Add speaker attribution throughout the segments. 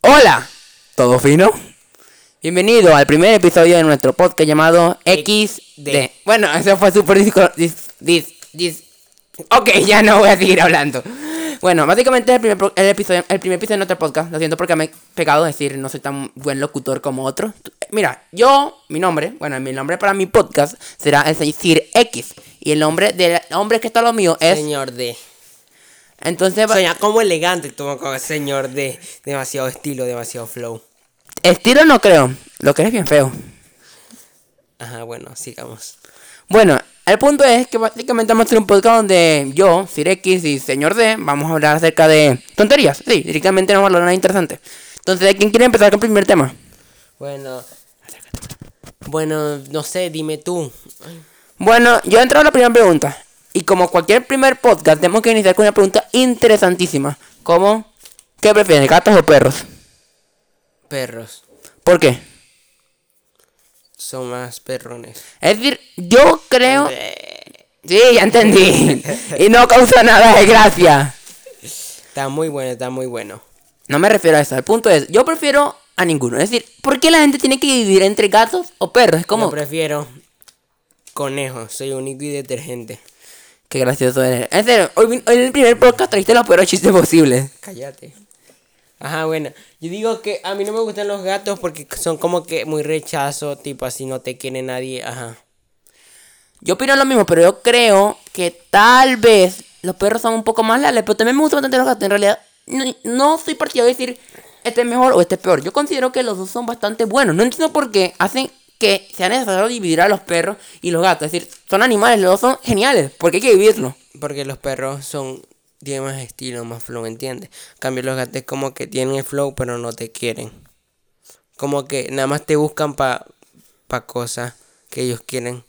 Speaker 1: Hola,
Speaker 2: ¿Todo fino?
Speaker 1: bienvenido al primer episodio de nuestro podcast llamado XD. Bueno, eso fue súper disco. dis- dis- dis- Ok, ya no voy a seguir hablando. Bueno, básicamente es el primer, pro- el episodio, el primer episodio de nuestro podcast. Lo siento porque me he pecado decir no soy tan buen locutor como otros. Mira, yo, mi nombre, bueno, mi nombre para mi podcast será el decir X. Y el nombre del hombre que está lo mío es.
Speaker 3: Señor D.
Speaker 1: Entonces, va-
Speaker 3: Soña como elegante tú, como señor D. Demasiado estilo, demasiado flow.
Speaker 1: estilo no creo. Lo que es bien feo.
Speaker 3: Ajá, bueno, sigamos.
Speaker 1: Bueno, el punto es que básicamente vamos a hacer un podcast donde yo, Sir X y Señor D vamos a hablar acerca de tonterías. Sí, directamente no vamos a hablar nada interesante. Entonces, ¿quién quiere empezar con el primer tema?
Speaker 3: Bueno. Bueno, no sé, dime tú. Ay,
Speaker 1: Bueno, yo he entrado a la primera pregunta. Y como cualquier primer podcast, tenemos que iniciar con una pregunta interesantísima. Como, ¿qué prefieres, gatos o perros?
Speaker 3: Perros.
Speaker 1: ¿Por qué?
Speaker 3: Son más perrones.
Speaker 1: Es decir, yo creo... Sí, ya entendí. y no causa nada de gracia.
Speaker 3: Está muy bueno, está muy bueno.
Speaker 1: No me refiero a eso. El punto es, yo prefiero a ninguno. Es decir, ¿por qué la gente tiene que dividir entre gatos o perros? Es como,
Speaker 3: Yo prefiero conejos. Soy único y detergente.
Speaker 1: qué gracioso eres. En serio, hoy, vin- hoy en el primer podcast trajiste los peores chistes posibles.
Speaker 3: Cállate. Ajá, bueno. Yo digo que a mí no me gustan los gatos porque son como que muy rechazo, tipo así no te quiere nadie. Ajá.
Speaker 1: Yo opino lo mismo, pero yo creo que tal vez los perros son un poco más leales, pero también me gustan bastante los gatos. En realidad, no, no soy partidario de decir este es mejor o este es peor. Yo considero que los dos son bastante buenos. No entiendo por qué hacen que sea necesario dividir a los perros y los gatos. Es decir, son animales, los dos son geniales. porque hay que dividirlos?
Speaker 3: Porque los perros son. Tienen más estilo, más flow, ¿entiendes? En cambio, los gatos como que tienen el flow, pero no te quieren. Como que nada más te buscan para pa cosas que ellos quieren.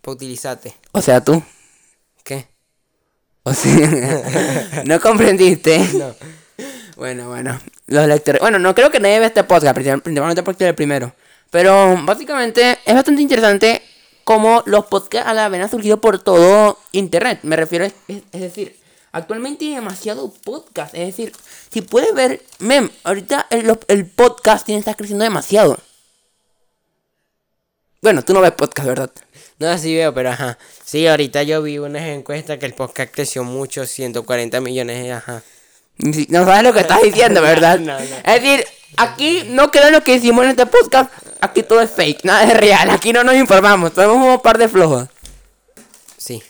Speaker 3: Para utilizarte.
Speaker 1: O sea, tú.
Speaker 3: ¿Qué?
Speaker 1: O sea, no comprendiste.
Speaker 3: No.
Speaker 1: Bueno, bueno. Los lectores. Bueno, no creo que nadie vea este podcast, princip- principalmente porque es el primero. Pero básicamente es bastante interesante cómo los podcasts a la vez han surgido por todo internet. Me refiero, es, es- es decir, actualmente hay demasiado podcast. Es decir, si puedes ver, mem, ahorita el, los- el podcast tiene, está creciendo demasiado. Bueno, tú no ves podcast, ¿verdad?
Speaker 3: No, así veo, pero ajá. Sí, ahorita yo vi unas encuestas que el podcast creció mucho, 140 millones, ajá.
Speaker 1: Ni si- No sabes lo que estás diciendo, ¿verdad?
Speaker 3: No, no.
Speaker 1: Es decir, aquí no queda lo que hicimos en este podcast. Aquí todo es fake, nada es real. Aquí no nos informamos, somos un par de flojos.
Speaker 3: Sí.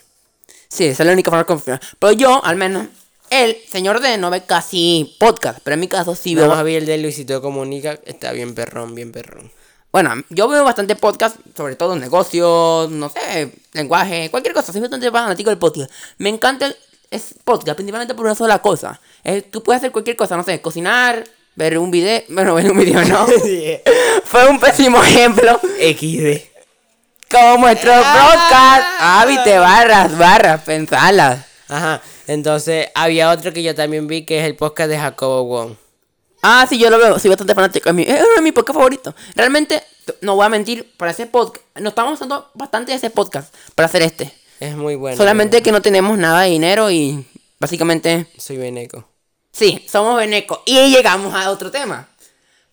Speaker 1: Sí, esa es la única forma de confiar. Pero yo, al menos, el señor D no ve casi podcast, pero en mi caso sí
Speaker 3: Y
Speaker 1: veo.
Speaker 3: vamos a ver el de Luisito Comunica, está bien perrón, bien perrón.
Speaker 1: Bueno, yo veo bastante podcast, sobre todo negocios, no sé, lenguaje, cualquier cosa. Soy bastante fanático del podcast. Me encanta el es podcast, principalmente por una sola cosa. Eh, tú puedes hacer cualquier cosa, no sé, cocinar, ver un video. Bueno, ver un video no. Fue un pésimo ejemplo.
Speaker 3: XD.
Speaker 1: Como nuestro podcast. Hábite, barras, barras, pensalas.
Speaker 3: Ajá, entonces había otro que yo también vi que es el podcast de Jacobo Wong.
Speaker 1: Ah, sí, yo lo veo, soy bastante fanático. Es, mi- es uno de mis podcasts favoritos. Realmente, t- no voy a mentir, para ese podcast, nos estamos usando bastante de ese podcast para hacer este.
Speaker 3: Es muy bueno.
Speaker 1: Solamente que no tenemos nada de dinero y básicamente,
Speaker 3: pero Soy veneco.
Speaker 1: sí, somos venecos. Y llegamos a otro tema.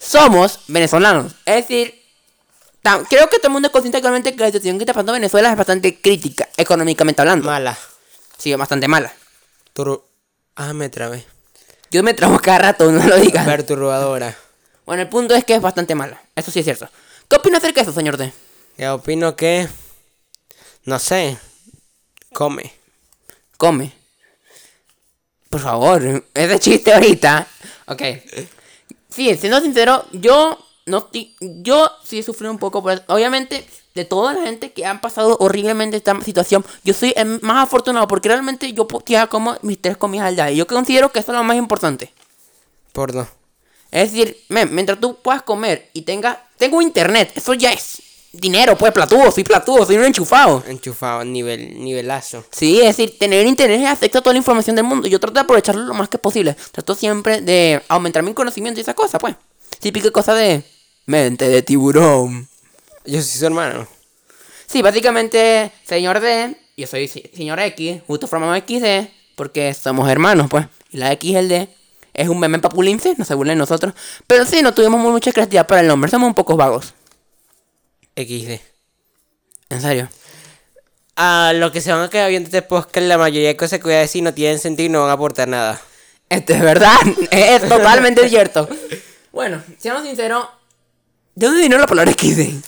Speaker 1: Somos venezolanos. Es decir, ta- creo que todo el mundo es consciente actualmente que la situación que está pasando en Venezuela es bastante crítica, económicamente hablando.
Speaker 3: Mala.
Speaker 1: Sí, es bastante mala.
Speaker 3: Turu... Ah, me trabé.
Speaker 1: Yo me trabajo cada rato, no lo digas.
Speaker 3: Perturbadora.
Speaker 1: Bueno, el punto es que es bastante mala. Eso sí es cierto. ¿Qué opina acerca de eso, señor D?
Speaker 3: Yo opino que... No sé. Come.
Speaker 1: Come. Por favor, ese chiste ahorita. Ok. Sí, siendo sincero, yo no estoy- yo sí sufrí un poco por Obviamente, de toda la gente que han pasado horriblemente esta situación, yo soy el más afortunado porque realmente yo posteaba como mis tres comidas al día. Y yo considero que eso es lo más importante.
Speaker 3: Por dos.
Speaker 1: Es decir, men, mientras tú puedas comer y tengas. Tengo internet, eso ya es dinero, pues platudo, soy platudo, soy un enchufado.
Speaker 3: Enchufado, nivel, nivelazo.
Speaker 1: Sí, es decir, tener internet es acceso a toda la información del mundo. Yo trato de aprovecharlo lo más que posible. Trato siempre de aumentar mi conocimiento y esas cosas, pues. Típica cosa de. Mente de tiburón.
Speaker 3: Yo soy su hermano.
Speaker 1: Sí, básicamente, señor D, yo soy se- señor X, justo formamos XD, porque somos hermanos, pues. Y la X es el D. Es un meme papulince, no se burlen de nosotros. Pero sí, no tuvimos mu- mucha creatividad para el nombre, somos un poco vagos.
Speaker 3: XD.
Speaker 1: En serio.
Speaker 3: A los Ah, que se van a quedar viendo este podcast, la mayoría de cosas que voy a decir no tienen sentido y no van a aportar nada.
Speaker 1: Esto es verdad, es totalmente cierto. Bueno, seamos sinceros, ¿de dónde vino la palabra XD?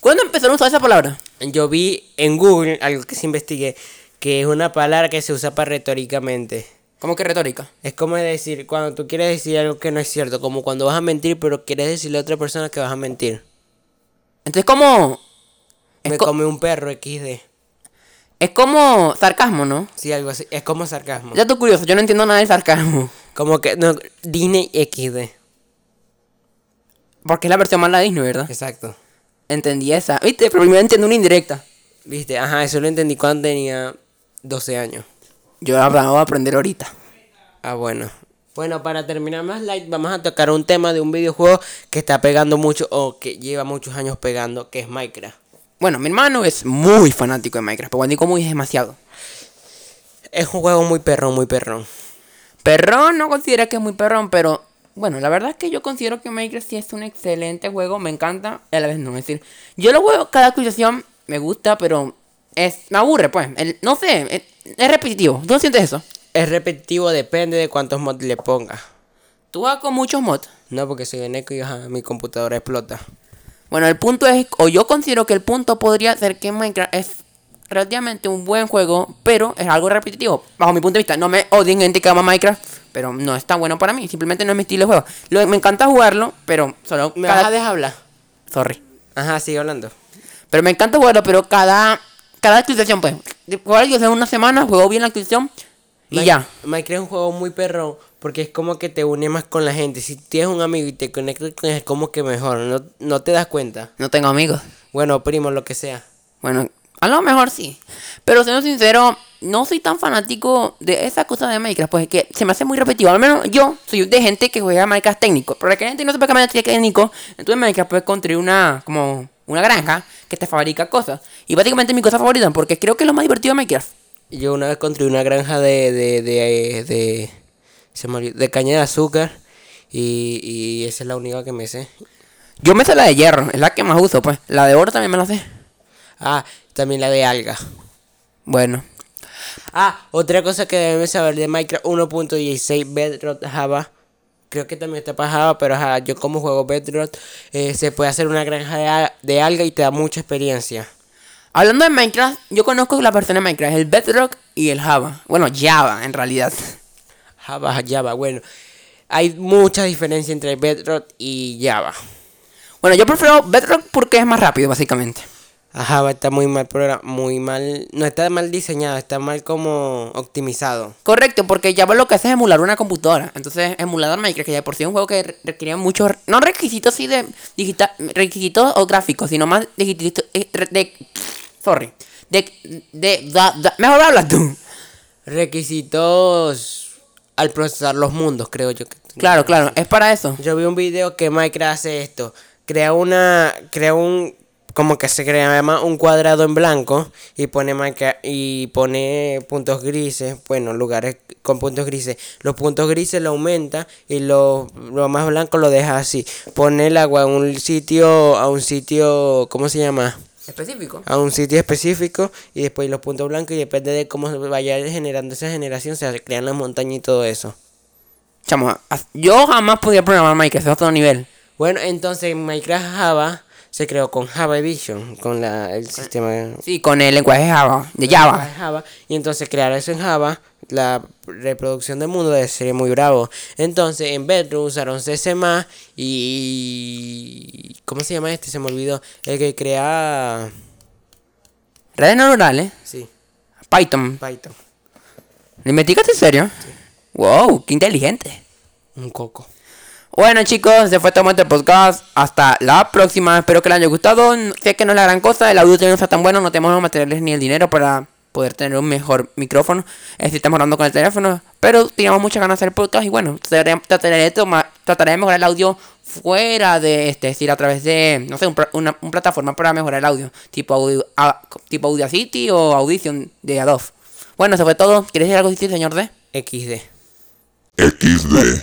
Speaker 1: ¿Cuándo empezaron a usar esa palabra?
Speaker 3: Yo vi en Google algo que se investigué, que es una palabra que se usa para retóricamente.
Speaker 1: ¿Cómo que retórica?
Speaker 3: Es como decir, cuando tú quieres decir algo que no es cierto, como cuando vas a mentir, pero quieres decirle a otra persona que vas a mentir.
Speaker 1: Entonces, como. Es,
Speaker 3: Me
Speaker 1: co-
Speaker 3: come un perro XD.
Speaker 1: es como sarcasmo, ¿no?
Speaker 3: Sí, algo así. Es como sarcasmo.
Speaker 1: Ya tú curioso, yo no entiendo nada de sarcasmo.
Speaker 3: Como que no, Disney XD.
Speaker 1: Porque es la versión mala de Disney, ¿verdad?
Speaker 3: Exacto.
Speaker 1: Entendí esa. ¿Viste? Pero primero entiendo una indirecta.
Speaker 3: Viste, ajá, eso lo entendí cuando tenía 12 años.
Speaker 1: Yo la voy a aprender ahorita.
Speaker 3: Ah, bueno. Bueno, para terminar más light, vamos a tocar un tema de un videojuego que está pegando mucho o que lleva muchos años pegando, que es Minecraft.
Speaker 1: Bueno, mi hermano es muy fanático de Minecraft, pero cuando digo muy es demasiado.
Speaker 3: Es un juego muy perrón, muy perrón.
Speaker 1: Perrón no considera que es muy perrón, pero bueno, la verdad es que yo considero que Minecraft sí es un excelente juego, me encanta, y a la vez no, es decir, yo lo juego cada actualización, me gusta, pero es me aburre, pues, el- no sé, es, es repetitivo, ¿tú no sientes eso?
Speaker 3: Es repetitivo, depende de cuántos mods le pongas.
Speaker 1: Tú vas con muchos mods.
Speaker 3: No, porque soy un eco y ajá, mi computadora explota.
Speaker 1: Bueno, el punto es, o yo considero que el punto podría ser que Minecraft es relativamente un buen juego, pero es algo repetitivo, bajo mi punto de vista. No me odien gente que ama Minecraft, pero no es tan bueno para mí, simplemente no es mi estilo de juego. Lo- me encanta jugarlo, pero solo
Speaker 3: ¿Me
Speaker 1: cada-
Speaker 3: vas a dejar hablar?
Speaker 1: Sorry.
Speaker 3: Ajá, sigue hablando.
Speaker 1: Pero me encanta jugarlo, pero cada, cada actualización, pues. de- Jugar yo una semana, juego bien la actualización y
Speaker 3: Min-
Speaker 1: ya.
Speaker 3: Minecraft es un juego muy perrón porque es como que te une más con la gente. Si tienes un amigo y te conectas con él, es como que mejor. No, no te das cuenta.
Speaker 1: No tengo amigos.
Speaker 3: Bueno, primo, lo que sea.
Speaker 1: Bueno, a lo mejor sí. Pero siendo sincero, no soy tan fanático de esa cosa de Minecraft, pues es que se me hace muy repetitivo. Al menos yo soy de gente que juega Minecraft técnico. Pero que la gente no sepa que Minecraft es técnico, entonces en Minecraft puedes construir una, como una granja que te fabrica cosas. Y básicamente es mi cosa favorita, porque creo que es lo más divertido de Minecraft.
Speaker 3: Yo una vez construí una granja de. de. de. de, se me olvidó, de caña de azúcar. Y, y esa es la única que me sé.
Speaker 1: Yo me sé la de hierro, es la que más uso, pues. La de oro también me la sé.
Speaker 3: Ah, también la de alga.
Speaker 1: Bueno,
Speaker 3: Ah, otra cosa que debemos saber de Minecraft 1.16 Bedrock Java. Creo que también está para Java, pero ajá, yo como juego Bedrock, eh, se puede hacer una granja de, a- de alga y te da mucha experiencia.
Speaker 1: Hablando de Minecraft, yo conozco la versión de Minecraft, el Bedrock y el Java. Bueno, Java en realidad.
Speaker 3: Java, Java, bueno. Hay mucha diferencia entre Bedrock y Java.
Speaker 1: Bueno, yo prefiero Bedrock porque es más rápido, básicamente.
Speaker 3: Ah, Java está muy mal programa, muy mal, no está mal diseñado, está mal como optimizado.
Speaker 1: Correcto, porque Java lo que hace es emular una computadora. Entonces, emulador Minecraft, que ya de por sí es un juego que re- requería muchos, no requisitos así de digita- requisitos o gráficos, sino más requisitos eh, re- de, sorry, de, de, da- da- mejor habla tú.
Speaker 3: Requisitos al procesar los mundos, creo yo que
Speaker 1: Claro, claro, es para eso.
Speaker 3: Yo vi un video que Minecraft hace esto. Crea una. Crea un. Como que se crea además un cuadrado en blanco. Y pone Minecraft, y pone puntos grises. Bueno, lugares con puntos grises. Los puntos grises lo aumenta. Y lo, lo más blanco lo deja así. Pone el agua a un sitio. A un sitio. ¿Cómo se llama?
Speaker 1: Específico.
Speaker 3: A un sitio específico. Y después los puntos blancos. Y depende de cómo vaya generando esa generación. Se crean las montañas y todo eso.
Speaker 1: Chamo, as- yo jamás podía programar Minecraft, es otro nivel.
Speaker 3: Bueno, entonces Minecraft Java se creó con Java Edition, con la, el sistema de
Speaker 1: Sí, con el lenguaje Java, de Java.
Speaker 3: Java. Y entonces crear eso en Java, la reproducción del mundo debe ser muy bravo. Entonces en Bedrock usaron CC y... ¿Cómo se llama este? Se me olvidó. El que crea...
Speaker 1: Redes neuronales,
Speaker 3: Sí,
Speaker 1: Python.
Speaker 3: Python.
Speaker 1: ¿Lo investigaste en serio? Wow, qué inteligente.
Speaker 3: Un coco.
Speaker 1: Bueno chicos, se fue todo nuestro podcast. Hasta la próxima. Espero que les haya gustado. N- Sé que no es la gran cosa. El audio no está tan bueno. No tenemos los materiales ni el dinero para poder tener un mejor micrófono. Es decir, estamos hablando con el teléfono. Pero teníamos muchas ganas de hacer podcast. Y bueno, trataré, trataré de tomar- trataré de mejorar el audio fuera de este. Es decir, a través de, no sé, un pro- una, una plataforma para mejorar el audio. Tipo, audio, a- tipo Audacity o Audition de Adobe. Bueno, eso fue todo. ¿Quieres decir algo, señor D?
Speaker 3: XD.
Speaker 2: XD.